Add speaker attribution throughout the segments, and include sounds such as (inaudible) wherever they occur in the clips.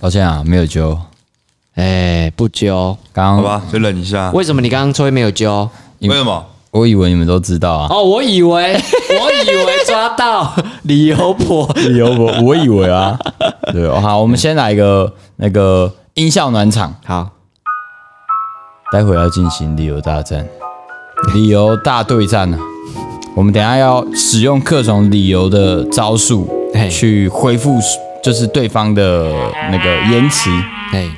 Speaker 1: 道歉啊，没有揪。
Speaker 2: 哎，不揪，
Speaker 1: 刚
Speaker 3: 好
Speaker 1: 刚
Speaker 3: 吧，就忍一下。为
Speaker 2: 为什么你刚刚说没有揪？
Speaker 1: 因 (laughs)
Speaker 3: 什么？
Speaker 1: 我以为你们都知道啊，
Speaker 2: 哦，我以为，我以为抓到 (laughs) 理由婆，
Speaker 1: 有我我以为啊， (laughs) 对，好，我们先来一个那个音效暖场，
Speaker 2: 好，
Speaker 1: 待会要进行理由大战，理由大对战啊！我们等一下要使用各种理由的招数
Speaker 2: 嘿
Speaker 1: 去恢复，就是对方的那个延迟，
Speaker 2: 哎，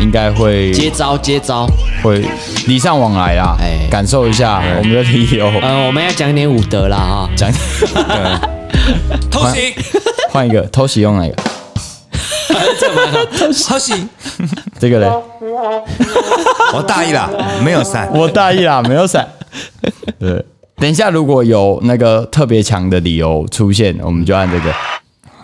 Speaker 1: 应该会
Speaker 2: 接招接招，
Speaker 1: 会礼尚往来啦
Speaker 2: 哎，
Speaker 1: 感受一下我们的理由，
Speaker 2: 呃，我们要讲点武德啦啊，
Speaker 1: 讲
Speaker 3: (laughs) 偷袭，
Speaker 1: 换一个偷袭用哪个？
Speaker 3: (laughs) 偷袭。
Speaker 1: (laughs) 这个嘞，
Speaker 3: 我大意啦，没有散。
Speaker 1: 我大 (laughs) 意啦，没有闪。对，等一下如果有那个特别强的理由出现，我们就按这个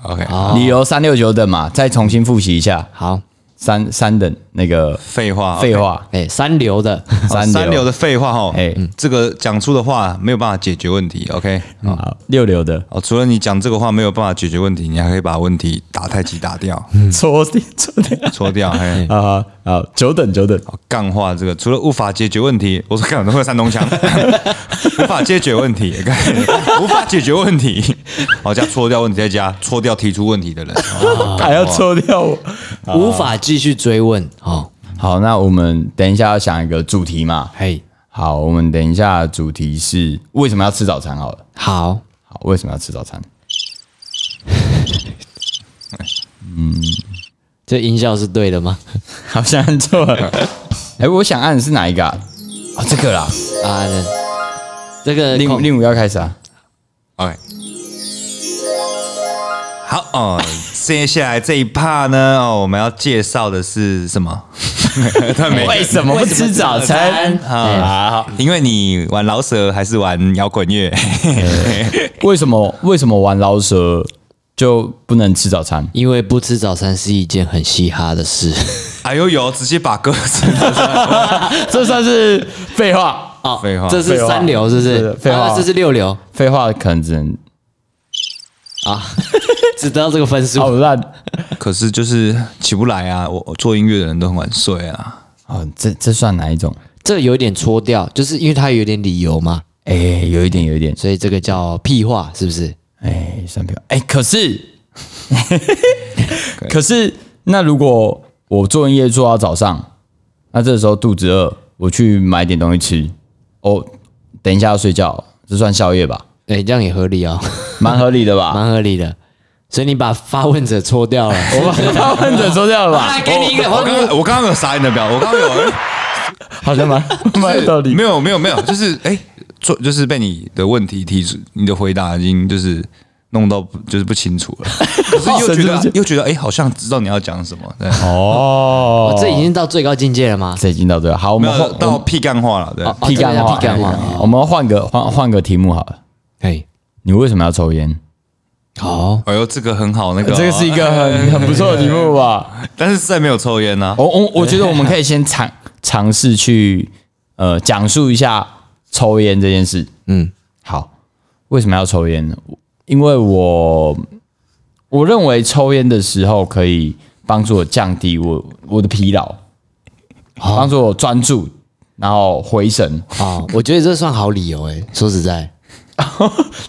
Speaker 3: OK，
Speaker 1: 理由三六九等嘛，再重新复习一下。
Speaker 2: 好，
Speaker 1: 三三等那个
Speaker 3: 废话，
Speaker 1: 废话，
Speaker 2: 哎，三流的，
Speaker 3: 好。
Speaker 1: 三
Speaker 3: 三流
Speaker 1: 的
Speaker 3: 的废话哈，
Speaker 1: 哎
Speaker 3: 哎，这个讲出的话没有办法解决问题。OK，
Speaker 1: 好，啊六流的
Speaker 3: 哦，除了你讲这个话没有办法解决问题，你还可以把问题打太极打
Speaker 1: (laughs)
Speaker 3: 掉、
Speaker 1: 搓地搓地
Speaker 3: 搓掉。嘿，
Speaker 1: 啊好九等九等，
Speaker 3: 哦干话这个除了无法解决问题，我说干我都会山
Speaker 1: (laughs)
Speaker 3: 东腔，无法解决问题，干无法解决问题，好加搓掉问题，再加搓掉提出问题的人，哦
Speaker 1: 还要搓掉我。
Speaker 2: 无法继续追问哦，
Speaker 1: 好，那我们等一下要想一个主题嘛。
Speaker 2: 嘿，
Speaker 1: 好，我们等一下的主题是为什么要吃早餐？好了，
Speaker 2: 好，
Speaker 1: 好，为什么要吃早餐？
Speaker 2: 这音效是对的吗？
Speaker 1: 好像按错 (laughs) 了。哎、我想按的是哪一个啊？哦，这个啦，
Speaker 2: 啊，这个
Speaker 1: 令
Speaker 2: 恐
Speaker 1: 令武要开始啊。
Speaker 3: OK，好哦，接下来这一趴呢，哦，我们要介绍的是什么？他 (laughs) 没，
Speaker 1: 为什么不吃早餐？哎好，
Speaker 3: 因为你玩老舍还是玩摇滚乐，
Speaker 1: 为什么为什么玩老舍就不能吃早餐？
Speaker 2: 因为不吃早餐是一件很嘻哈的事。
Speaker 3: 哎呦呦，直接把歌词，
Speaker 1: (laughs)
Speaker 3: (laughs)
Speaker 1: 这算是废话。
Speaker 2: 哦
Speaker 3: 废
Speaker 2: (laughs)
Speaker 3: 话
Speaker 2: 这是
Speaker 1: 废话
Speaker 2: 三流，是不
Speaker 1: 是的
Speaker 2: 是？
Speaker 1: 废话
Speaker 2: 啊这是六流
Speaker 1: 废话可能只能
Speaker 2: 啊，只得到这个分数。
Speaker 1: 好烂
Speaker 3: 可是就是起不来啊！我我做音乐的人都很晚睡啊。
Speaker 1: 哦，这这算哪一种？
Speaker 2: 这个有点戳掉，就是因为它有点理由嘛，
Speaker 1: 哎、有一点，有一点，
Speaker 2: 所以这个叫屁话，是不是？
Speaker 1: 哎、算票。哎、可
Speaker 2: (laughs)
Speaker 1: 是，可是，那如果我做音乐做到早上，那这时候肚子饿，我去买点东西吃，哦，等一下要睡觉，这算宵夜吧？
Speaker 2: 哎，这样也合理哦， (laughs)
Speaker 1: 蛮合理的吧？
Speaker 2: 蛮合理的。所以你把发问者戳掉了，
Speaker 1: (laughs) 我把发问者说掉了
Speaker 2: 我来
Speaker 1: 吧？
Speaker 2: 给你一个，
Speaker 3: 我
Speaker 2: 我
Speaker 3: 刚刚我刚刚有傻眼的表，我刚刚有
Speaker 1: 好像
Speaker 2: (laughs)
Speaker 1: 蛮
Speaker 3: (laughs)
Speaker 1: 蛮有道理
Speaker 3: 没。有没有没有，就是哎，做就是被你的问题提出，你的回答已经就是弄到不就是不清楚了，可是
Speaker 1: (laughs)
Speaker 3: 又觉得又觉得哎，好像知道你要讲什么。对，
Speaker 1: 哦
Speaker 2: 我这已经到最高境界了吗？
Speaker 1: 这已经到这了，好，我
Speaker 3: 没
Speaker 1: 们
Speaker 3: 有
Speaker 1: 换
Speaker 3: 到屁干话了，对。
Speaker 2: 哦
Speaker 1: 屁干话，
Speaker 2: 哦对啊屁干话
Speaker 1: 哎我们换个换换个题目好了。
Speaker 2: 哎，
Speaker 1: 你为什么要抽烟？
Speaker 2: 好，
Speaker 3: 哎呦，这个很好，那个哦
Speaker 1: 这个是一，个很很不错的题目吧？
Speaker 3: 但是实在没有抽烟啊呐。
Speaker 1: 我哦我我觉得我们可以先尝尝试去呃讲述一下抽烟这件事。
Speaker 2: 嗯，
Speaker 1: 好，为什么要抽烟呢？因为我我认为抽烟的时候可以帮助我降低我我的疲劳，帮助我专注，然后回神。
Speaker 2: 好，我觉得这算好理由哎。说实在，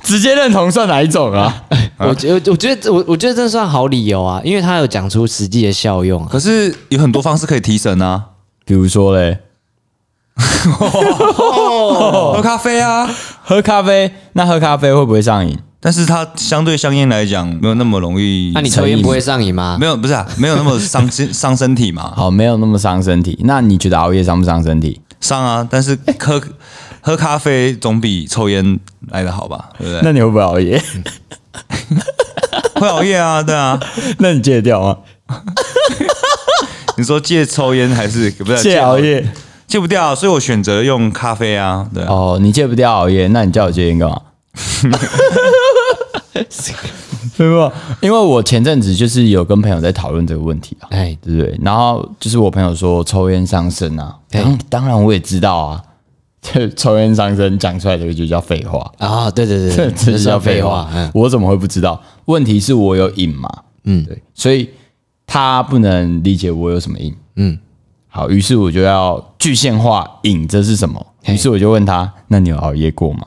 Speaker 1: 直接认同算哪一种啊？ (laughs)
Speaker 2: 我觉我觉得我我觉得这算好理由啊，因为他有讲出实际的效用啊。
Speaker 3: 可是有很多方式可以提神啊，
Speaker 1: 比如说嘞，哦
Speaker 3: 喝咖啡啊。
Speaker 1: 喝咖啡，那喝咖啡会不会上瘾？
Speaker 3: 但是它相对香烟来讲，没有那么容易
Speaker 2: (laughs) 那。你抽烟不会上瘾吗
Speaker 1: (laughs)
Speaker 3: 没？有，不是啊，没有那么伤身伤身体嘛，
Speaker 1: 好，没有那么伤身体。那你觉得熬夜伤不伤身体？
Speaker 3: 伤啊。但是喝 (laughs) 喝咖啡总比抽烟来的好吧，对不对？
Speaker 1: 那你会不会熬夜？ (laughs)
Speaker 3: (laughs) 会熬夜啊，对啊。
Speaker 1: 那你戒得掉吗？
Speaker 3: 你说戒抽烟还是不是
Speaker 1: 戒熬？夜？
Speaker 3: 戒不掉，所以我选择用咖啡啊，对啊。
Speaker 1: 哦，你戒不掉熬夜，那你叫我戒烟干嘛？对吧？因为我前阵子就是有跟朋友在讨论这个问题啊，
Speaker 2: 哎，
Speaker 1: 对不对？然后就是我朋友说抽烟伤身啊，当当然我也知道啊， (laughs) 这抽烟伤身讲出来这个就叫废话。
Speaker 2: 啊，对对对，
Speaker 1: (laughs) 这
Speaker 2: 是
Speaker 1: 是叫废话
Speaker 2: 话。嗯，
Speaker 1: 我怎么会不知道？问题是我有瘾嘛，嗯，对，所以他不能理解我有什么瘾。嗯，好，于是我就要具现化瘾这是什么？于是我就问他：“那你有熬夜过吗？”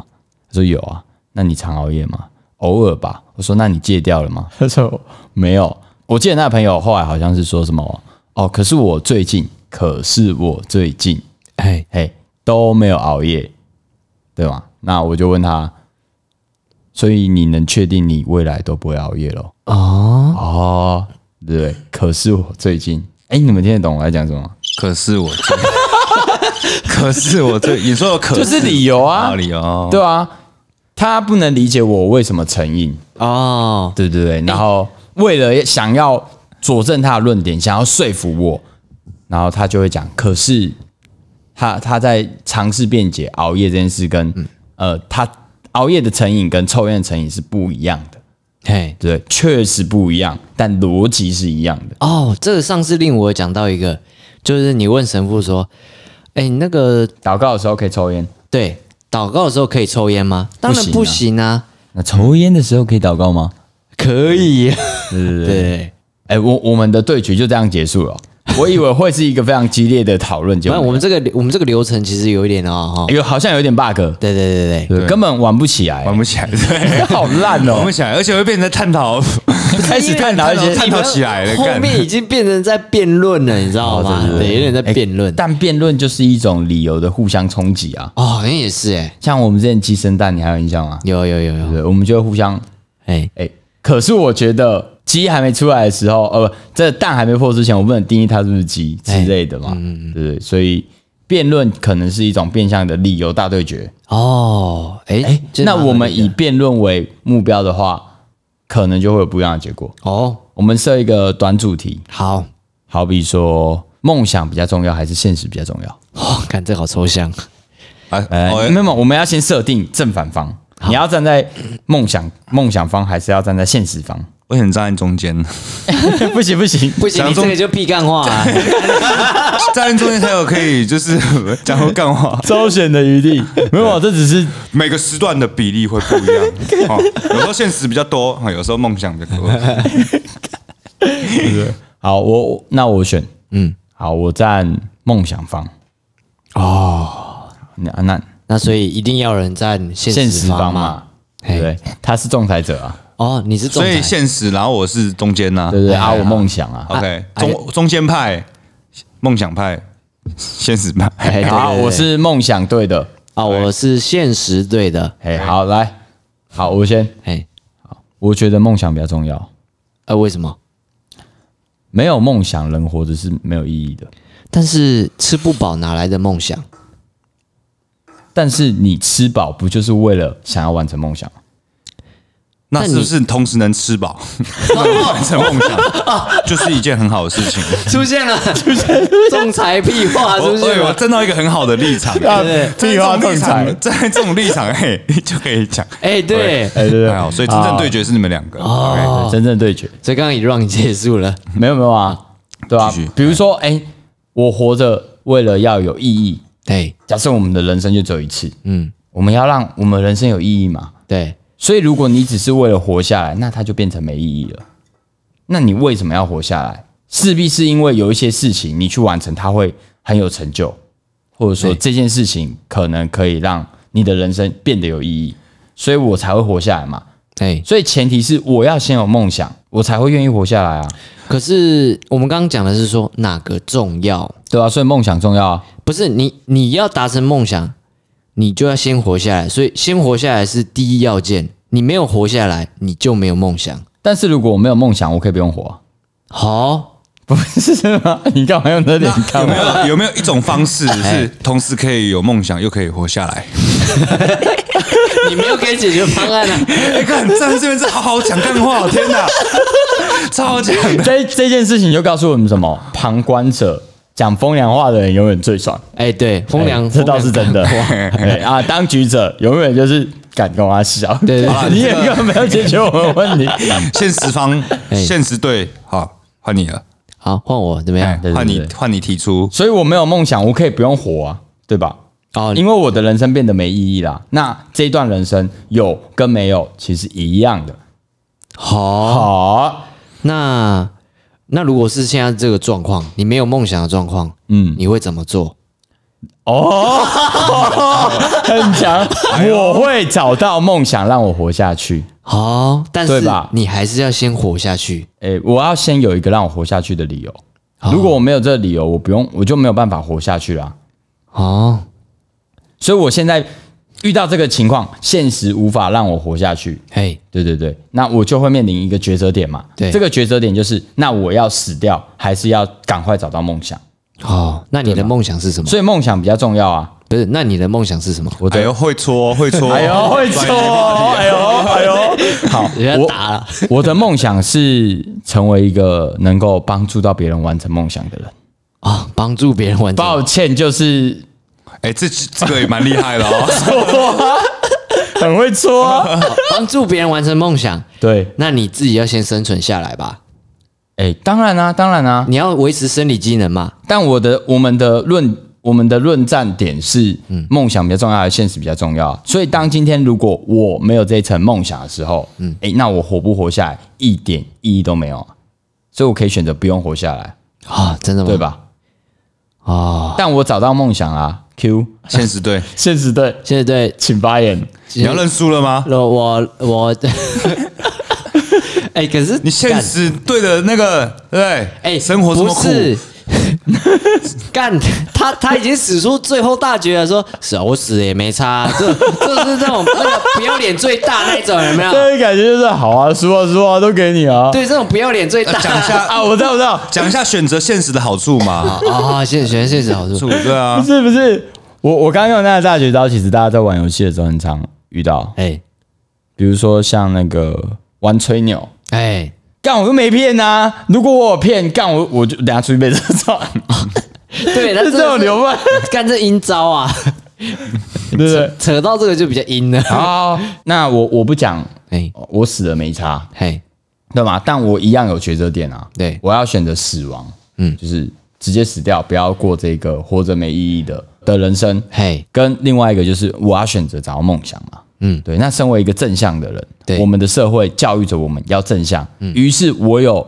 Speaker 1: 他说：“有啊。”那你常熬夜吗？偶尔吧。我说：“那你戒掉了吗？”他说：“ (laughs) 没有。”我记得那朋友后来好像是说什么：“哦，可是我最近，可是我最近，
Speaker 2: 哎，
Speaker 1: 嘿，都没有熬夜，对吗？”那我就问他：“所以你能确定你未来都不会熬夜咯？”
Speaker 2: 哦，
Speaker 1: 哦，对，可是我最近，哎，你们听得懂我在讲什么吗？
Speaker 3: 可是我最， (laughs) 可是我最，你说有可
Speaker 1: 就是理由啊
Speaker 3: 哪，里哦？
Speaker 1: 对啊，他不能理解我为什么成瘾，
Speaker 2: 哦，
Speaker 1: 对对对，然后为了想要佐证他的论点，想要说服我，然后他就会讲，可是他他在尝试辩解熬夜这件事跟、呃他熬夜的成瘾跟抽烟的成瘾是不一样的，
Speaker 2: 嘿，
Speaker 1: 对不对，确实不一样，但逻辑是一样的。
Speaker 2: 哦，这个上次令我讲到一个，就是你问神父说，哎，那个
Speaker 1: 祷告的时候可以抽烟，
Speaker 2: 对，祷告的时候可以抽烟吗？当然
Speaker 1: 不
Speaker 2: 不
Speaker 1: 行
Speaker 2: 行啊，
Speaker 1: 那抽烟的时候可以祷告吗？
Speaker 2: 可以，啊
Speaker 1: 对对对。
Speaker 2: 对，
Speaker 1: 哎、我我们的对局就这样结 (laughs) 束了。我以为会是一个非常激烈的讨论，结
Speaker 2: 反
Speaker 1: 果
Speaker 2: 正
Speaker 1: 没有
Speaker 2: 我们这个我们这个流程其实有一点哦，哈，
Speaker 1: 有好像有点 bug，
Speaker 2: 对对对对，
Speaker 1: 对，根本玩不起来，
Speaker 3: 玩不起来，对，
Speaker 1: (laughs) 好烂
Speaker 3: 玩
Speaker 1: 哦
Speaker 3: 不，起来，而且会变成探讨，
Speaker 1: (laughs) 开始探讨一些
Speaker 3: (laughs) 探讨起来了，
Speaker 2: 后
Speaker 3: 干
Speaker 2: 面已经变成在辩论了，你知道吗？对，有点在辩论。
Speaker 1: 但辩论就是一种理由的互相冲击啊。
Speaker 2: 哦，好像也是哎，
Speaker 1: 像我们之前鸡生蛋，你还有印象吗？
Speaker 2: 有有有
Speaker 1: 对不
Speaker 2: 有，
Speaker 1: 对，我们就会互相
Speaker 2: 哎，
Speaker 1: 哎、可是我觉得鸡还没出来的时候，呃，不，这蛋还没破之前，我不能定义它是不是鸡之
Speaker 2: 哎
Speaker 1: 类的嘛，
Speaker 2: 嗯
Speaker 1: 对不对？所以辩论可能是一种变相的理由大对决。
Speaker 2: 哦，哎，这
Speaker 1: 那
Speaker 2: 蛮
Speaker 1: 我
Speaker 2: 合
Speaker 1: 们
Speaker 2: 理的
Speaker 1: 以辩论为目标的话，可能就会有不一样的结果。
Speaker 2: 哦
Speaker 1: 我们设一个短主题，
Speaker 2: 好，
Speaker 1: 好比说梦想比较重要还是现实比较重要？
Speaker 2: 哇，哦看这好抽象，
Speaker 3: 啊，
Speaker 1: 呃，
Speaker 3: 哦
Speaker 1: 没有，没有我们要先设定正反方，你要站在梦想梦想方，还是要站在现实方？
Speaker 3: 我想站在中间，
Speaker 1: 不行不行，
Speaker 2: 不行，
Speaker 3: 想
Speaker 2: 你这
Speaker 3: 中
Speaker 2: 个就屁干话啊，
Speaker 3: 站在中间才有可以就是 (laughs) 讲出干话。
Speaker 1: 周选的余地没有，这只是
Speaker 3: 每个时段的比例会不一样，
Speaker 1: (laughs)
Speaker 3: 哦、有时候现实比较多，哦、有时候梦想比较多。
Speaker 1: 好。我那我选，嗯，好，我站梦想方。哦，那那
Speaker 2: 那所以一定要有人占
Speaker 1: 现
Speaker 2: 现
Speaker 1: 实
Speaker 2: 实
Speaker 1: 方
Speaker 2: 方
Speaker 1: 嘛
Speaker 2: 嘛。，
Speaker 1: 对不对？他是仲裁者啊。
Speaker 2: 哦，你是仲
Speaker 3: 所以
Speaker 2: 裁，
Speaker 3: 现实，然后我是中间呐、
Speaker 1: 对对，
Speaker 2: 哎
Speaker 1: 啊，
Speaker 2: 哎
Speaker 1: 我梦想啊，
Speaker 3: OK，中中间派、梦想派、现实派。
Speaker 1: 哎，好，
Speaker 2: 对对对
Speaker 1: 我是梦想队的，
Speaker 2: 啊，我是现实队的，
Speaker 1: 哎，好，来，好，我先，
Speaker 2: 哎，
Speaker 1: 我觉得梦想比较重要，
Speaker 2: 呃，为什么？
Speaker 1: 没有梦想，人活着是没有意义的。
Speaker 2: 但是吃不饱哪来的梦想？
Speaker 1: 但是你吃饱，不就是为了想要完成梦想吗？
Speaker 3: 那
Speaker 2: 那
Speaker 3: 是
Speaker 2: 你
Speaker 3: 不是同时能
Speaker 1: (laughs)
Speaker 3: 吃饱，能完成梦想，就是一件很好的事
Speaker 1: (laughs)
Speaker 3: 情？
Speaker 2: 出现了，出现 (laughs) 仲裁屁话
Speaker 3: 我
Speaker 2: 出现
Speaker 3: 哦哎我我
Speaker 2: 了，
Speaker 3: 站到一个很好的立场，
Speaker 1: 对
Speaker 3: 站在这种立
Speaker 1: 啊 (laughs) 屁话
Speaker 3: 场，
Speaker 1: 仲
Speaker 3: 站在这种立场，嘿，就可以讲。
Speaker 2: 哎，对，
Speaker 1: 哎，对对哦
Speaker 3: 哎呦，所以真正对决是你们两个。OK，
Speaker 1: 对，真正对决，
Speaker 2: 所以刚刚以 run 结束了，
Speaker 1: 没有没有啊，对吧
Speaker 3: 继续？
Speaker 1: 比如说，哎，我活着为了要有意义，
Speaker 2: 对
Speaker 1: 假设我们的人生就只有一次，嗯，我们要让我们人生有意义嘛，
Speaker 2: 对，
Speaker 1: 所以，如果你只是为了活下来，那它就变成没意义了。那你为什么要活下来？势必是因为有一些事情你去完成，它会很有成就，或者说
Speaker 2: 对
Speaker 1: 这件事情可能可以让你的人生变得有意义，所以我才会活下来嘛。
Speaker 2: 哎，
Speaker 1: 所以前提是我要先有梦想，我才会愿意活下来啊，
Speaker 2: 可是我们刚刚讲的是说哪个重要？
Speaker 1: 对吧、所以梦想重要啊。
Speaker 2: 不是你你要达成梦想，你就要先活下来，所以先活下来是第一要件。你没有活下来，你就没有梦想。
Speaker 1: 但是如果我没有梦想，我可以不用活啊、
Speaker 2: 好、
Speaker 1: 不是吗？你干嘛用那脸
Speaker 3: 那
Speaker 1: 看
Speaker 3: 有没
Speaker 1: 我？
Speaker 3: 有有没有一种方
Speaker 1: (laughs)
Speaker 3: 式
Speaker 1: 哎
Speaker 3: 是同时可以有梦想又可以活下来？
Speaker 2: (laughs) 你没有给解决方案啊！
Speaker 1: (laughs)
Speaker 3: 哎，看站在这边是好好讲干话，天哪，超好讲
Speaker 1: (laughs)
Speaker 3: 的。
Speaker 1: 这这件事情就告诉我们什么？旁观者讲风凉话的人永远最爽。
Speaker 2: 哎、对，风凉、
Speaker 1: 哎这倒是
Speaker 2: 风凉 (laughs)
Speaker 1: 真的。对啊，当局者永远就是敢跟我笑，
Speaker 2: 对对
Speaker 1: (laughs) 你也根本没有解决我们的问题。
Speaker 3: (laughs) 现实方，
Speaker 2: 哎
Speaker 3: 现实队，好，换你了，
Speaker 2: 好，换我怎么
Speaker 3: 哎
Speaker 2: 样？
Speaker 1: 对对
Speaker 3: 换你
Speaker 1: 对，
Speaker 3: 换你提出。
Speaker 1: (laughs) 所以我没有梦想，我可以不用活啊，对吧？
Speaker 2: 哦，
Speaker 1: 因为我的人生变得没意义啦。那这一段人生有跟没有其实一样的。
Speaker 2: 好，
Speaker 1: 好，
Speaker 2: 那那如果是现在这个状况，你没有梦想的状况，
Speaker 1: 嗯，
Speaker 2: 你会怎么做？
Speaker 1: 哦，很强，
Speaker 2: 哎
Speaker 1: 我会找到梦想让我活下去。
Speaker 2: 哦，但是
Speaker 1: 对吧
Speaker 2: 你还是要先活下去。
Speaker 1: 诶，我要先有一个让我活下去的理由。如果我没有这个理由，我不用，我就没有办法活下去啦。
Speaker 2: 哦，
Speaker 1: 所以我现在遇到这个情况，现实无法让我活下去。
Speaker 2: 嘿，
Speaker 1: 对对对，那我就会面临一个抉择点嘛。
Speaker 2: 对
Speaker 1: 这个抉择点就是，那我要死掉，还是要赶快找到梦想？
Speaker 2: 哦，那你的梦想是什么？
Speaker 1: 所以梦想比较重要啊。
Speaker 2: 不是，那你的梦想是什么？
Speaker 1: 我
Speaker 3: 哎
Speaker 1: 的
Speaker 3: 呦，会搓，会搓，
Speaker 1: 哎呦，会错，哎呦，哎呦，好，
Speaker 2: 人家
Speaker 1: 我
Speaker 2: 打了，
Speaker 1: 我的梦想是成为一个能够帮助到别人完成梦想的人。
Speaker 2: 啊，帮助别人完成。
Speaker 1: 抱歉，就是
Speaker 3: 哎，这这个也蛮厉害的
Speaker 1: (laughs)
Speaker 3: 哦。
Speaker 1: 很会错、
Speaker 2: (laughs)
Speaker 1: 啊
Speaker 2: 帮助别人完成梦想，
Speaker 1: 对，
Speaker 2: 那你自己要先生存下来吧。
Speaker 1: 哎、当然啦、当然啦、啊
Speaker 2: 你要维持生理机能嘛？
Speaker 1: 但我的我们的论我们的论战点是，梦想比较重要，还是现实比较重要？所以当今天如果我没有这一层梦想的时候，嗯，哎、那我活不活下来一点意义都没有啊，所以我可以选择不用活下来，
Speaker 2: 啊，真的吗？
Speaker 1: 对？吧？
Speaker 2: 啊，
Speaker 1: 但我找到梦想啊，Q
Speaker 3: 现实对，
Speaker 1: (laughs) 现实对，
Speaker 2: 现在对，
Speaker 1: 请发 (laughs) 言。
Speaker 3: 你要认输了吗？
Speaker 2: 我我我，哎，可是
Speaker 3: (laughs) 你现
Speaker 2: 干
Speaker 3: 实对的那个，对不对，
Speaker 2: 哎，
Speaker 3: 生活这么
Speaker 2: 不是
Speaker 3: 酷，
Speaker 2: (laughs) 干他他已经使出最后大绝了，说是啊，我死也没差，就就是这种那个不要脸最大那种，有没有？
Speaker 1: 这个感觉就是好啊，输啊输啊，都给你啊。
Speaker 2: 对，这种不要脸最大。
Speaker 3: 讲一下
Speaker 1: (laughs) 啊，我知道，我知道，
Speaker 3: 讲一下选择现实的好处嘛，
Speaker 2: (laughs)
Speaker 1: (laughs)
Speaker 2: 啊，谢谢谢谢好处
Speaker 3: 好处对
Speaker 1: 不
Speaker 3: 啊，
Speaker 1: 是不是，我我刚刚用那个大绝招，其实大家在玩游戏的时候很常遇到，
Speaker 2: 哎
Speaker 1: 比如说像那个玩吹牛，
Speaker 2: 哎，
Speaker 1: 干我又没骗啊！如果我有骗，干我我就等下出去被车
Speaker 2: (laughs)
Speaker 1: 撞，
Speaker 2: 对，
Speaker 3: (laughs)
Speaker 2: 他
Speaker 1: (laughs) 这
Speaker 2: 哎真的
Speaker 1: 种
Speaker 2: 是
Speaker 1: 流
Speaker 2: (laughs)
Speaker 1: 氓，
Speaker 2: 干这阴招啊，
Speaker 1: 对不对？
Speaker 2: 扯到这个就比较阴了。
Speaker 1: 好，那我我不讲，
Speaker 2: 哎
Speaker 1: 我死了没差，
Speaker 2: 嘿，
Speaker 1: 对吗？但我一样有抉择点啊，
Speaker 2: 对
Speaker 1: 我要选择死亡，
Speaker 2: 嗯
Speaker 1: 嗯，就是直接死掉，不要过这个活着没意义的的人生。
Speaker 2: 嘿，
Speaker 1: 跟另外一个就是我要选择找到梦想嘛。
Speaker 2: 嗯
Speaker 1: 嗯，对。那身为一个正向的人，
Speaker 2: 对嗯
Speaker 1: 我们的社会教育着我们要正向，于是我有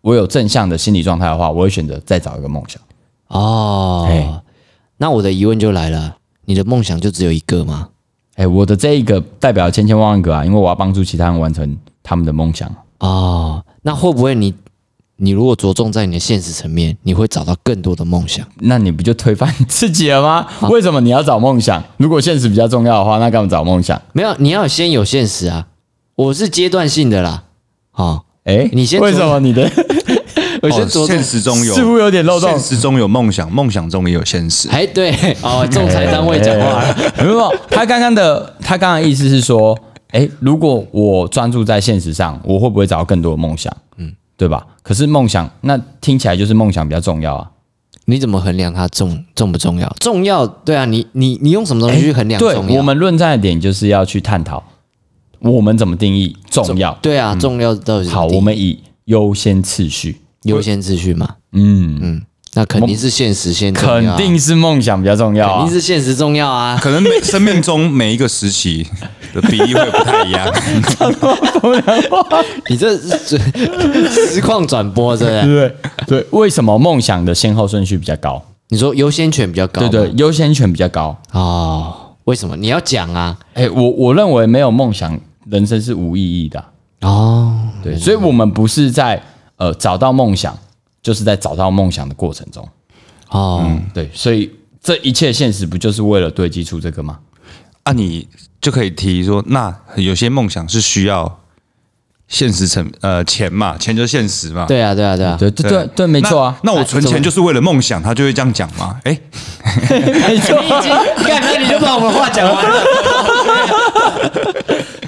Speaker 1: 我有正向的心理状态的话，我会选择再找一个梦想。
Speaker 2: 哦
Speaker 1: 哎，
Speaker 2: 那我的疑问就来了，你的梦想就只有一个吗？
Speaker 1: 哎，我的这一个代表千千万万个啊，因为我要帮助其他人完成他们的梦想。
Speaker 2: 哦，那会不会你你如果着重在你的现实层面，你会找到更多的梦想？
Speaker 1: 那你不就推翻你自己了吗？为什么你要找梦想？如果现实比较重要的话，那干嘛找梦想？
Speaker 2: 没有，你要先有现实啊。我是阶段性的啦，哦，
Speaker 1: 哎，
Speaker 2: 你先
Speaker 1: 为什么你的
Speaker 2: (laughs) 我
Speaker 3: 哦
Speaker 2: 先着重
Speaker 3: 现，实中有
Speaker 1: 似乎有点漏洞
Speaker 3: 现实中有梦想，梦想中也有现实。
Speaker 2: 哎，
Speaker 1: (laughs)
Speaker 2: 对， (laughs) 哦，仲裁单位讲话了，
Speaker 1: 哎没有，他刚刚的他刚刚的意思是说，哎、如果我专注在现实上，我会不会找到更多的梦想？嗯，对吧？可是梦想，那听起来就是梦想比较重要啊。
Speaker 2: 你怎么衡量它重重不重要？重要，对啊，你你你用什么东西去衡量
Speaker 1: 哎对，
Speaker 2: 重要？
Speaker 1: 我们论战的点就是要去探讨我们怎么定义重要。
Speaker 2: 对啊，重要到底是
Speaker 1: 嗯好，
Speaker 2: 第一
Speaker 1: 我们以优先次序，
Speaker 2: 优先秩序嘛，
Speaker 1: 嗯，
Speaker 2: 嗯，那肯定是现实先重要
Speaker 1: 肯
Speaker 2: 啊
Speaker 1: 定是梦想比较重要
Speaker 2: 肯
Speaker 1: 啊
Speaker 2: 定。是现实重要啊。
Speaker 3: 可
Speaker 1: (laughs)
Speaker 3: 能每生命中每一个时期的比例会不太一样，
Speaker 2: 你这是 (laughs) 实况转播对不对？
Speaker 1: 对对，为什么梦想的先后顺序比较高？
Speaker 2: 你说优先权比较高
Speaker 1: 对
Speaker 2: 吗，
Speaker 1: 对，优先权比较高。
Speaker 2: 哦，为什么你要讲啊？
Speaker 1: 哎、我我认为没有梦想，人生是无意义的啊、
Speaker 2: 哦，
Speaker 1: 对，所以我们不是在呃找到梦想，就是在找到梦想的过程中。
Speaker 2: 哦，
Speaker 1: 对，所以这一切现实不就是为了堆积出这个吗？
Speaker 3: 啊，你就可以提说，那有些梦想是需要现实层呃钱嘛，钱就是现实嘛。
Speaker 2: 对啊，对啊，对啊，
Speaker 1: 对对对对，没错啊，
Speaker 3: 那。那我存钱就是为了梦想，他就会这样讲嘛。哎，
Speaker 1: (laughs) 没错，
Speaker 2: 已经干，那你就把我们话讲完
Speaker 1: (laughs)
Speaker 2: 了。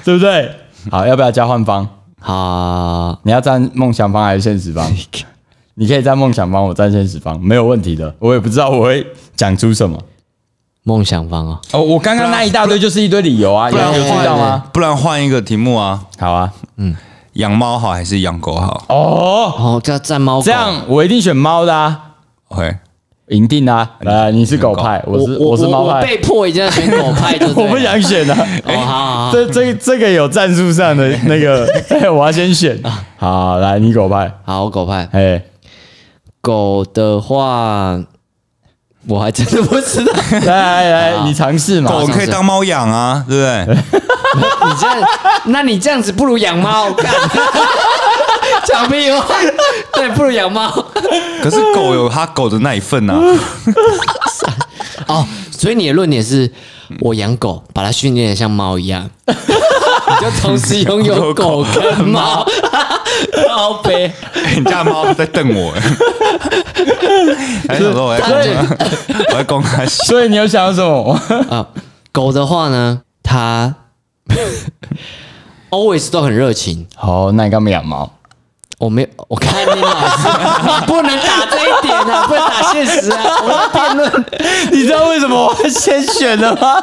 Speaker 1: 对不对？好，要不要交换方？
Speaker 2: 好，
Speaker 1: 你要站梦想方还是现实方？你可以站梦想方，我站现实方，没有问题的。我也不知道我会讲出什么。
Speaker 2: 梦想方哦，
Speaker 1: 哦，我刚刚那一大堆就是一堆理由啊，有
Speaker 3: 不然
Speaker 1: 人有
Speaker 3: 换
Speaker 1: 听到吗？
Speaker 3: 不然换一个题目啊，
Speaker 1: 好啊，
Speaker 3: 养猫好还是养狗好
Speaker 1: 哦，
Speaker 2: 哦，叫战猫狗
Speaker 1: 这样我一定选猫的啊。
Speaker 3: ？OK，
Speaker 1: 赢定啦！来，你是狗派，我是
Speaker 2: 我
Speaker 1: 是猫
Speaker 2: 我
Speaker 1: 派，
Speaker 2: 被迫一定要选狗派，就对
Speaker 1: (laughs) 我
Speaker 2: 了
Speaker 1: 不想选啊。
Speaker 2: 哦，好好好
Speaker 1: 这这这个有战术上的那 (laughs) 个，我要先选。好，来你狗派，
Speaker 2: 好，我狗派。
Speaker 1: 哎， (laughs)
Speaker 2: 狗的话，我还真的不知道。
Speaker 1: 来来来，你尝试嘛。
Speaker 3: 狗可以当猫养啊，对不对？
Speaker 2: 你这样，那你这样子不如养猫。干讲屁话，对，不如养猫。
Speaker 3: 可是狗有它狗的那一
Speaker 1: (laughs)
Speaker 3: 份呐、啊，
Speaker 2: 哦，所以你的论点是我养狗，把它训练的像猫一样，你就同时
Speaker 1: (laughs)
Speaker 2: 拥有狗跟猫。
Speaker 1: 猫呗。
Speaker 3: 欸你家的猫在瞪我、哎欸，还想说我在
Speaker 1: 哎所以
Speaker 3: 公，我在公它洗
Speaker 1: 所以你有想要什 (laughs) 么？
Speaker 2: 啊，狗的话呢，它 always 都很热情。
Speaker 1: 好，那你干嘛养猫？
Speaker 2: 我没有，我看你老师， (laughs) 你不能打这一点啊，不能打现实啊，我要辩论，
Speaker 1: 你知道为什么我会先选的 (laughs) 吗？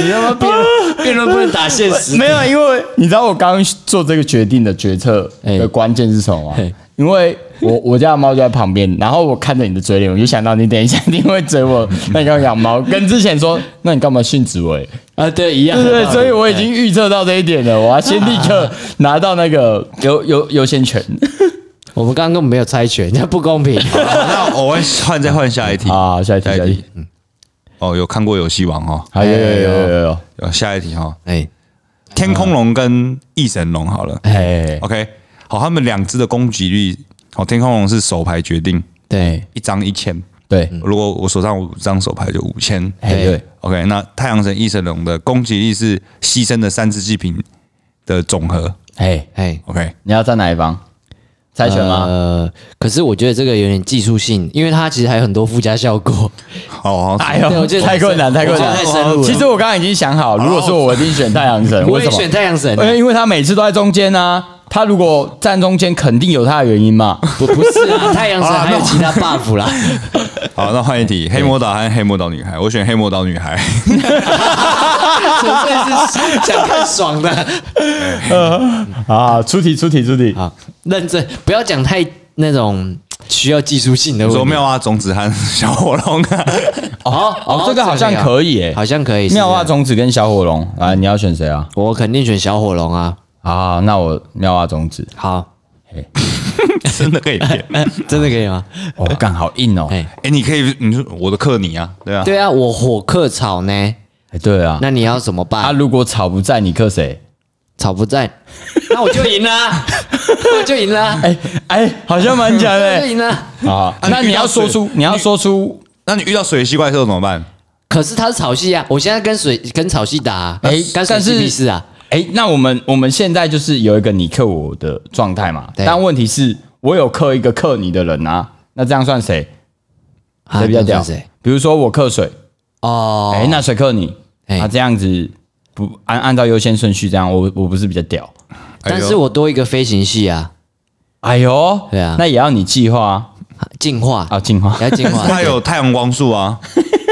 Speaker 2: 你他妈辩论，辩论不能打现
Speaker 1: (laughs)
Speaker 2: 实。
Speaker 1: 没有，因为你知道我刚刚做这个决定的决策
Speaker 2: 哎
Speaker 1: 的关键是什么吗
Speaker 2: 嘿？
Speaker 1: 因为我我家的猫就在旁边，然后我看着你的嘴脸，我就想到你等一下一定会追我， (laughs) 那你干嘛养猫？跟之前说，那你干嘛训欸紫薇？
Speaker 2: 啊，对，一样。
Speaker 1: 对对，所以我已经预测到这一点了，我要先立刻拿到那个优优优先权。
Speaker 2: 我们刚刚根本没有猜拳，那不
Speaker 1: (laughs)
Speaker 2: 公平。
Speaker 3: 那我会换再换下一题
Speaker 1: 好啊下一题下一题。哎
Speaker 3: 哦，有看过《游戏王》哦，
Speaker 1: 好，有有有有有有，
Speaker 3: 有下一题哈、哦，
Speaker 2: 哎，
Speaker 3: 天空龙跟翼神龙好了
Speaker 1: 哎，
Speaker 3: ，OK，好，他们两只的攻击率，好，天空龙是手牌决定，
Speaker 1: 对
Speaker 3: 一张一千，
Speaker 1: 对，
Speaker 3: 如果我手上有五张手牌就五千，
Speaker 1: 嗯哎对，
Speaker 3: OK，那太阳神、异神龙的攻击力是牺牲的三只祭品的总和。
Speaker 1: 哎，
Speaker 2: 哎，
Speaker 3: OK，
Speaker 1: 你要站哪一方？猜拳吗？
Speaker 2: 呃，可是我觉得这个有点技术性，因为它其实还有很多附加效果。
Speaker 3: 好，好
Speaker 1: 哎
Speaker 2: 对我
Speaker 1: 呦
Speaker 2: 觉，得
Speaker 1: 太困难，太困难，
Speaker 2: 我觉得太深入了
Speaker 1: 其实我刚刚已经想好，如果是我，我一定选太阳神。
Speaker 2: 我
Speaker 1: (laughs) 为
Speaker 2: 也
Speaker 1: 什么？哎
Speaker 2: 选太阳神，
Speaker 1: 因为因为他每次都在中间啊，他如果站中间，肯定有他的原因嘛。
Speaker 2: 不不是啊，太阳神还有其他 buff 啦。
Speaker 3: 好，那换一题，黑魔导和黑魔导女孩，我哎选黑魔导女孩。
Speaker 2: 纯粹是讲看爽的。
Speaker 1: (laughs)
Speaker 2: (laughs)
Speaker 1: 啊，出题出题出题，
Speaker 2: 啊，认真，不要讲太那种需要技术性的
Speaker 3: 我
Speaker 2: 问
Speaker 3: 说
Speaker 2: 题。
Speaker 3: 妙蛙种子和小火龙 (laughs) 啊，
Speaker 2: 哦
Speaker 1: 哦，这个好像可以啊诶。
Speaker 2: 好像可以。
Speaker 1: 妙蛙
Speaker 2: 是不
Speaker 1: 种子跟小火龙，来，你要选谁啊？
Speaker 2: 是，我肯定选小火龙啊。
Speaker 1: 啊，那我妙蛙种子， (laughs)
Speaker 2: 好，
Speaker 3: 真的可以变。哎、
Speaker 2: 真的可以吗？
Speaker 1: 哦，干好硬哦。
Speaker 2: 哎，
Speaker 3: 你可以，你说我的克你啊，对啊，
Speaker 2: 对啊，我火克草呢，
Speaker 1: 哎对啊，
Speaker 2: 那你要怎么
Speaker 1: 啊，
Speaker 2: 办？
Speaker 1: 如果草不在，你克谁？
Speaker 2: 草不在，那我就
Speaker 1: (laughs)
Speaker 2: 赢啦，我就赢啦，
Speaker 1: 哎哎，好像蛮强
Speaker 2: 我就 (laughs)
Speaker 1: 的。
Speaker 2: 赢啦。
Speaker 1: 啊，那你要说出，你要说出，
Speaker 3: 那你遇到水系怪兽怎么办？
Speaker 2: 可是他是草系啊，我现在跟水跟草系打啊，
Speaker 1: 哎
Speaker 2: 跟水
Speaker 1: 但是
Speaker 2: 系比试啊，
Speaker 1: 哎，那我们我们现在就是有一个你克我的状态嘛，
Speaker 2: 对
Speaker 1: 但问题是，我有克一个克你的人啊，那这样算谁？
Speaker 2: 啊
Speaker 1: 谁比较
Speaker 2: 那
Speaker 1: 屌
Speaker 2: 算谁？？
Speaker 1: 比如说我克水，
Speaker 2: 哦，
Speaker 1: 哎，那谁克你？
Speaker 2: 哎
Speaker 1: 啊，这样子不按按照优先顺序这样，我我不是比较屌？
Speaker 2: 但是我多一个飞行系啊，
Speaker 1: 哎呦，
Speaker 2: 对啊
Speaker 1: 那也要你计划啊
Speaker 2: 进化
Speaker 1: 啊，进化，
Speaker 2: 要进
Speaker 1: (laughs)
Speaker 2: 化，
Speaker 3: 它有太阳光束啊，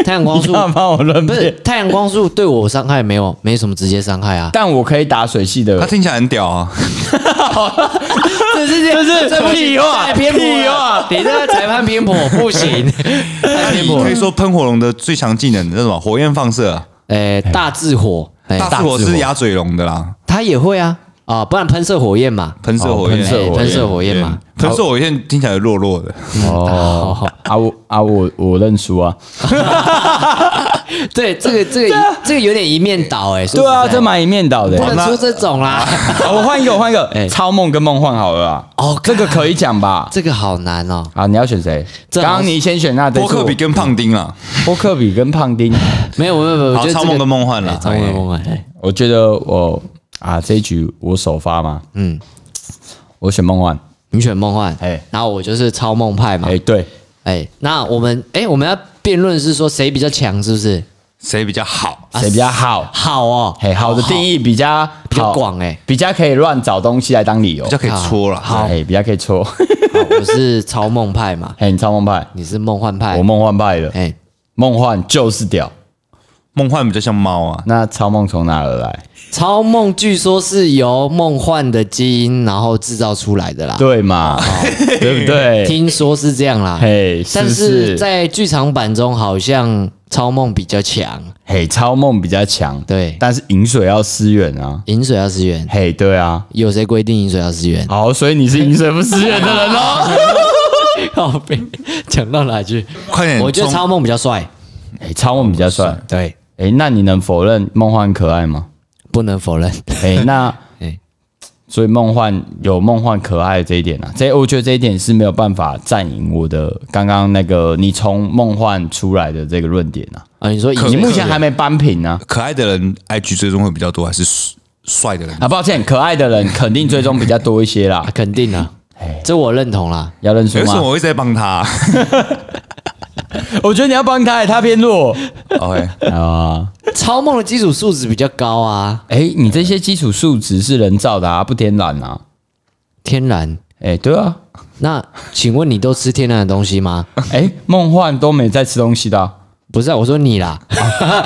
Speaker 2: 太阳光
Speaker 1: 你
Speaker 2: 束
Speaker 1: 干嘛帮我轮
Speaker 2: 不是
Speaker 1: 辩？
Speaker 2: 太阳光束对我伤害没有没什么直接伤
Speaker 1: (laughs)
Speaker 2: 害啊，
Speaker 1: 但我可以打水系
Speaker 3: 它
Speaker 1: 的，
Speaker 3: 听起来很屌啊。
Speaker 2: 这是这
Speaker 1: 是
Speaker 2: 不行
Speaker 1: 屁话
Speaker 2: 太偏颇
Speaker 1: 屁
Speaker 2: 了
Speaker 1: 话，
Speaker 2: 你这个裁判偏
Speaker 1: (laughs)
Speaker 2: 颇不行，
Speaker 3: 那
Speaker 2: 太
Speaker 3: 你
Speaker 2: 偏颇
Speaker 3: 可以
Speaker 2: 了。
Speaker 3: 说喷火龙的最强技能是什么？火焰放射啊，
Speaker 2: 哎，大字火，哎，
Speaker 3: 大
Speaker 1: 大
Speaker 3: 赤火
Speaker 1: 赤火
Speaker 3: 是鸭嘴龙的啦。
Speaker 2: 他也会啊啊，不然喷射火焰嘛，
Speaker 3: 喷射
Speaker 1: 哦
Speaker 3: 火焰，
Speaker 1: 喷射
Speaker 2: 哎
Speaker 1: 火焰
Speaker 2: 喷射火焰嘛，
Speaker 3: 对喷射火焰听起来弱弱的，
Speaker 1: 哦，啊我啊我我认输啊，
Speaker 2: 对，这个这个这个有点一面倒哎，说
Speaker 1: 对啊，
Speaker 2: 实在
Speaker 1: 这蛮一面倒的
Speaker 2: 不
Speaker 1: 欸。
Speaker 2: 能出这种啊
Speaker 1: (laughs)
Speaker 2: 啦，
Speaker 1: 好我换一个，我换一个，
Speaker 2: 哎
Speaker 1: 超梦跟梦幻好了啊啦。
Speaker 2: 哦
Speaker 1: 这个可以讲吧？
Speaker 2: 这个好难哦，
Speaker 1: 啊，你要选谁？
Speaker 2: 这
Speaker 1: 刚
Speaker 2: 好
Speaker 1: 刚你先选那对
Speaker 3: 波克比跟胖丁啦，
Speaker 1: 波克比跟胖 (laughs) 丁，
Speaker 2: 没有没有没有，我
Speaker 3: 好
Speaker 2: 觉得这
Speaker 3: 超梦
Speaker 2: 个
Speaker 3: 跟梦幻
Speaker 1: 啊
Speaker 3: 啦
Speaker 2: 哎超梦跟梦幻，哎
Speaker 1: 我觉得我啊这一局我首发嘛，
Speaker 2: 嗯，
Speaker 1: 我选梦幻。
Speaker 2: 你选梦幻，
Speaker 1: 哎
Speaker 2: 哎，然后我就是超梦派嘛，
Speaker 1: 哎，对，
Speaker 2: 哎，那我们哎，我们要辩论是说谁比较强，是不是？
Speaker 3: 谁比较好？
Speaker 2: 哎
Speaker 1: 谁比较好？
Speaker 2: 好哦，
Speaker 1: 嘿，啊好的定义比较
Speaker 2: 比较
Speaker 1: 好
Speaker 2: 广哎
Speaker 1: 比较可以乱找东西来当理由
Speaker 3: 比较，可以搓啦。
Speaker 2: 好
Speaker 1: 哎，比较可以戳。 (laughs)
Speaker 2: 好我是超梦派嘛，
Speaker 1: 嘿，你超梦派，
Speaker 2: 你是梦幻派，
Speaker 1: 我梦幻派的，
Speaker 2: 哎，
Speaker 1: 梦幻就是屌。
Speaker 3: 梦幻比较像猫啊，
Speaker 1: 那超梦从哪而来？
Speaker 2: 超梦据说是由梦幻的基因然后制造出来的啦，
Speaker 1: 对嘛？对不对？
Speaker 2: 听说是这样啦。
Speaker 1: 嘿，
Speaker 2: 但
Speaker 1: 不
Speaker 2: 是
Speaker 1: 是
Speaker 2: 在剧场版中好像超梦比较强，
Speaker 1: 嘿超梦比较强，
Speaker 2: 对
Speaker 1: 但是饮水要思远啊。
Speaker 2: 饮水二十元，
Speaker 1: 嘿，对啊。
Speaker 2: 有谁规定饮水二十 (laughs) 元？
Speaker 1: 好，所以你是饮水不思源的人哦。
Speaker 2: 靠背，讲到哪去？
Speaker 3: 快嗯点冲！
Speaker 2: 我觉得超梦比较帅，
Speaker 1: 哎，超梦比较帅。
Speaker 2: 对，
Speaker 1: 哎，那你能否认梦幻可爱吗？
Speaker 2: 不能否 (laughs) 认。
Speaker 1: 哎，那
Speaker 2: 哎
Speaker 1: 所以梦幻有梦幻可爱的这一点啊，这我觉得这一点是没有办法占赢我的刚刚那个你从梦幻出来的这个论点啊。
Speaker 2: 啊，你说
Speaker 1: 你
Speaker 2: 饮
Speaker 1: 目前还没扳平啊呢、
Speaker 3: 可爱的人 IG 追踪会比较多，还是帅帅的人
Speaker 1: 啊。？抱歉，可爱的人肯定最终比较多一些啦
Speaker 2: 啊，，肯定啊，这我认同啦。
Speaker 1: 要认输
Speaker 3: 为什么
Speaker 1: 吗？
Speaker 3: 我一直在帮他
Speaker 2: (laughs)
Speaker 3: 啊
Speaker 1: 我觉得你要帮他，他偏弱
Speaker 3: ？OK，
Speaker 1: 啊。
Speaker 2: 超梦的基础素质比较高啊，
Speaker 1: 哎、你这些基础数值是人造的啊，不天然啊。
Speaker 2: 天然。
Speaker 1: 哎、对 (laughs) 啊，
Speaker 2: 那请问你都吃天然的东西吗？
Speaker 1: 哎、梦幻都没在吃东西的啊、
Speaker 2: 不是、啊，我说你啦。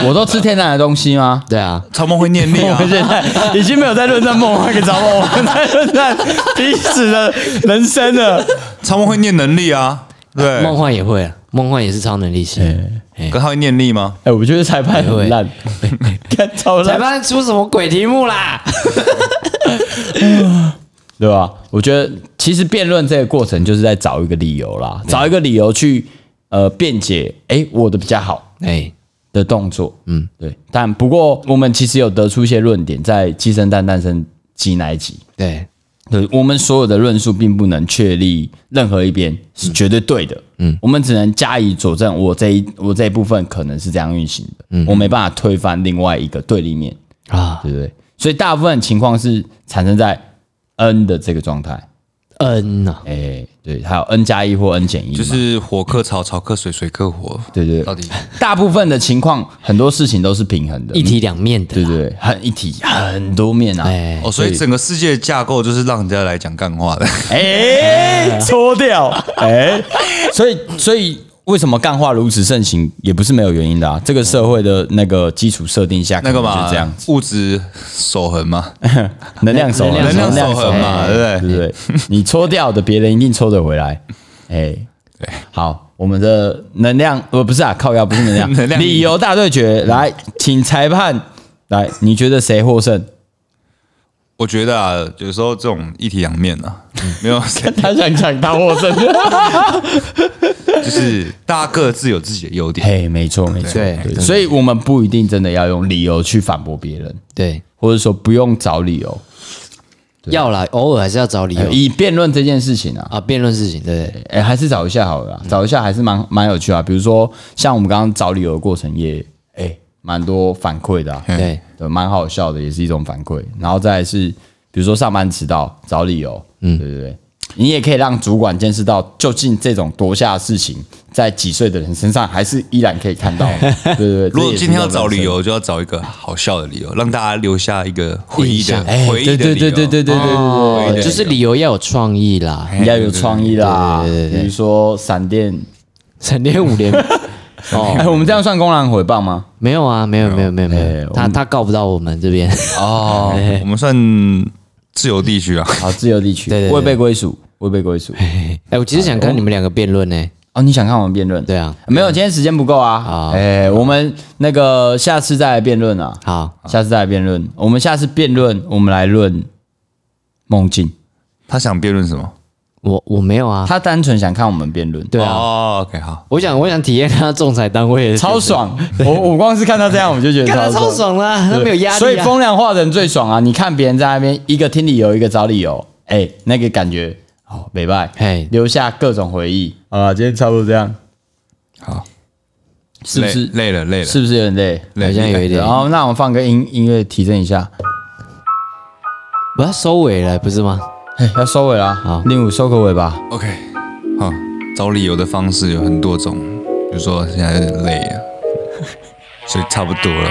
Speaker 1: 我都吃天然的东西吗？
Speaker 2: 对啊，
Speaker 3: 超梦会念力
Speaker 1: 我
Speaker 3: 啊
Speaker 1: 们！现在已经没有在论战梦幻跟找梦，我们在论战彼此的人生了。
Speaker 3: 超梦会念能力啊，对，
Speaker 2: 梦幻也会啊，梦幻也是超能力型。
Speaker 3: 可他会念力吗？
Speaker 1: 哎、我觉得裁判很 (laughs) 烂，看超
Speaker 2: 裁
Speaker 1: 烂，
Speaker 2: 判出什么鬼题目啦？
Speaker 1: 对吧？我觉得其实辩论这个过程就是在找一个理由啦，找一个理由去呃辩解，哎、我的比较好
Speaker 2: 哎、
Speaker 1: 的动作，嗯，对。但不过我们其实有得出一些论点，在鸡生蛋，蛋生鸡那一集，
Speaker 2: 对，
Speaker 1: 对我们所有的论述并不能确立任何一边是绝对对的，嗯，我们只能加以佐证，我这一我这一部分可能是这样运行的，嗯，我没办法推翻另外一个对立面，
Speaker 2: 啊
Speaker 1: 对不对？所以大部分情况是产生在 n 的这个状态，
Speaker 2: ，N 呐、
Speaker 1: 哎、对，还有 n 加一或 n 减一，
Speaker 3: 就是火克潮，潮克水，水克火。
Speaker 1: 对对
Speaker 3: 到
Speaker 1: 对，
Speaker 3: 底
Speaker 1: 大部分的情况，很多事情都是平衡的，
Speaker 2: 一体两面的
Speaker 1: 对
Speaker 2: 啦。
Speaker 1: 对对，很一体很多面啊，
Speaker 2: 哎、
Speaker 3: 哦，所以整个世界的架构就是让人家来讲干话的。
Speaker 1: (laughs) 哎，搓掉，哎，所以所以为什么干话如此盛行，也不是没有原因的啊。这个社会的那个基础设定下，
Speaker 3: 那个
Speaker 1: 可能就
Speaker 3: 嘛
Speaker 1: 是这样，
Speaker 3: 物质守恒嘛，
Speaker 1: 能量守恒，
Speaker 2: 能量守恒
Speaker 3: 嘛对不
Speaker 1: 对不对？你搓掉的，别人一定搓得回来。哎，好，我们的能量呃不是啊，靠腰不是能
Speaker 3: 能
Speaker 1: 量，
Speaker 3: 量
Speaker 1: 理由大对决，来，请裁判来，你觉得谁获胜？
Speaker 3: 我觉得啊，有时候这种一体两面啊，没有，
Speaker 1: 他想抢他获胜。
Speaker 3: 就是大家各自有自己的优
Speaker 1: (laughs)
Speaker 3: 点。
Speaker 1: 嘿，没错没错，
Speaker 2: 对
Speaker 1: 对所以我们不一定真的要用理由去反驳别人。
Speaker 2: 对，
Speaker 1: 或者说不用找理由，
Speaker 2: 要啦，偶尔还是要找理由
Speaker 1: 以辩论这件事情啊，
Speaker 2: 啊，辩论事情，对对
Speaker 1: 哎、还是找一下好了啦，找一下还是蛮蛮有趣啊。比如说像我们刚刚找理由的过程也，哎蛮多反馈的、啊，
Speaker 2: 对对
Speaker 1: 对，蛮好笑的，也是一种反馈。然后再来是比如说上班迟到找理由，嗯，对对对，你也可以让主管见识到，究竟这种夺下的事情，在几岁的人身上还是依然可以看到的，对对对。这
Speaker 3: 如果
Speaker 1: 也是
Speaker 3: 今天要
Speaker 1: 一种
Speaker 3: 找理
Speaker 1: 人生，
Speaker 3: 由，就要找一个好笑的理由，让大家留下一个回忆的
Speaker 2: 印象
Speaker 1: 哎，
Speaker 3: 回忆的
Speaker 1: 对
Speaker 3: 理
Speaker 1: 对
Speaker 3: 由。
Speaker 1: 对对对对对对对
Speaker 2: 哦，就是理由要有嗯创意啦。
Speaker 1: 你要有创意啦，
Speaker 2: 对对对对对
Speaker 1: 比如说闪电。
Speaker 2: 闪电五连 (laughs)
Speaker 1: 哦，哎，我们这样算公然诽谤吗？
Speaker 2: 没有啊，没有没有没有没
Speaker 1: 哎
Speaker 2: 有，他他告不到我们这边。
Speaker 1: 哦，
Speaker 3: 哦我们算自由地区啊，
Speaker 1: 好，自由地区，
Speaker 2: 对对对
Speaker 1: 未被归属，未被归属。
Speaker 2: (laughs) 哎，我其实想看你们两个辩论呢。
Speaker 1: 哦，你想看我们辩论？
Speaker 2: 对啊，
Speaker 1: 没有，今天时间不够啊
Speaker 2: 好。
Speaker 1: 哎，我们那个下次再来辩论啊，
Speaker 2: 好，
Speaker 1: 下次再来辩论。我们下次辩论，我们来论梦境。
Speaker 3: 他想辩论什么？
Speaker 2: 我我没有啊，
Speaker 1: 他单纯想看我们辩论，
Speaker 2: 对啊，
Speaker 3: 哦，OK，好，
Speaker 2: 我想我想体验他仲裁单位的
Speaker 1: 超，爽。我我光是看他这样，我就觉得
Speaker 2: 看他
Speaker 1: 超
Speaker 2: 超。爽啦，
Speaker 1: 对
Speaker 2: 他没有压
Speaker 1: 所
Speaker 2: 力
Speaker 1: 以
Speaker 2: 啊。
Speaker 1: 风凉话人最爽啊！你看别人在那边一个听理由，一个找理由，哎，那个感觉好美拜，
Speaker 2: 嘿
Speaker 1: 留下各种回忆。好了，今天差不多这样，
Speaker 3: 好，
Speaker 1: 是不是？
Speaker 3: 累累了？累了，
Speaker 1: 是不是有点累？
Speaker 3: 累
Speaker 2: 好像有一点
Speaker 1: 然后那我们放个音音乐提振一下，
Speaker 2: 我要收尾了，不是吗？
Speaker 1: 哎，要收尾啦，
Speaker 2: 好
Speaker 1: 令武收个尾吧。
Speaker 3: OK，好，找理由的方式有很多种，比如说现在有点累
Speaker 2: (laughs)
Speaker 3: 啊，所以差不多了，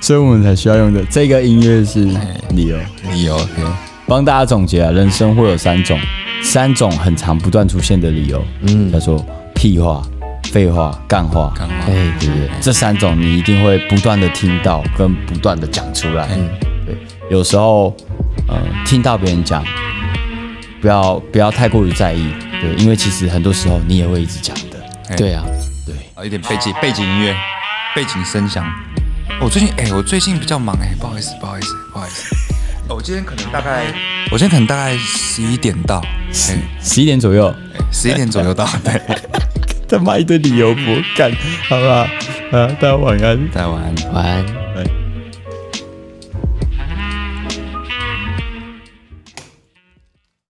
Speaker 1: 所以我们才需要用的这个音乐是
Speaker 3: 哎
Speaker 1: 哦理由，
Speaker 3: 理由 OK，
Speaker 1: 帮大家总结啊，人生会有三种，三种很常不断出现的理由，嗯，叫做屁话、废话、干话，哎
Speaker 3: 干话
Speaker 1: 对对对，这三种你一定会不断的听到跟不断的讲出来。对，有时候呃听到别人讲，不要不要太过于在意，对，因为其实很多时候你也会一直讲的。
Speaker 2: 对啊，
Speaker 3: 哎啊，一点背景背景音乐，背景声响。我、最近哎、我最近比较忙哎、不好意思，不好意思，不好意思。哦我今天可能大概，我今天可能大概十一点到，哎、
Speaker 1: 十一点左右，
Speaker 3: 十一点左 (laughs) 右到，对。
Speaker 1: 他妈一堆理由不干，好吧？啊，大家晚安。
Speaker 3: 大家晚安。
Speaker 2: 晚安。
Speaker 1: 晚安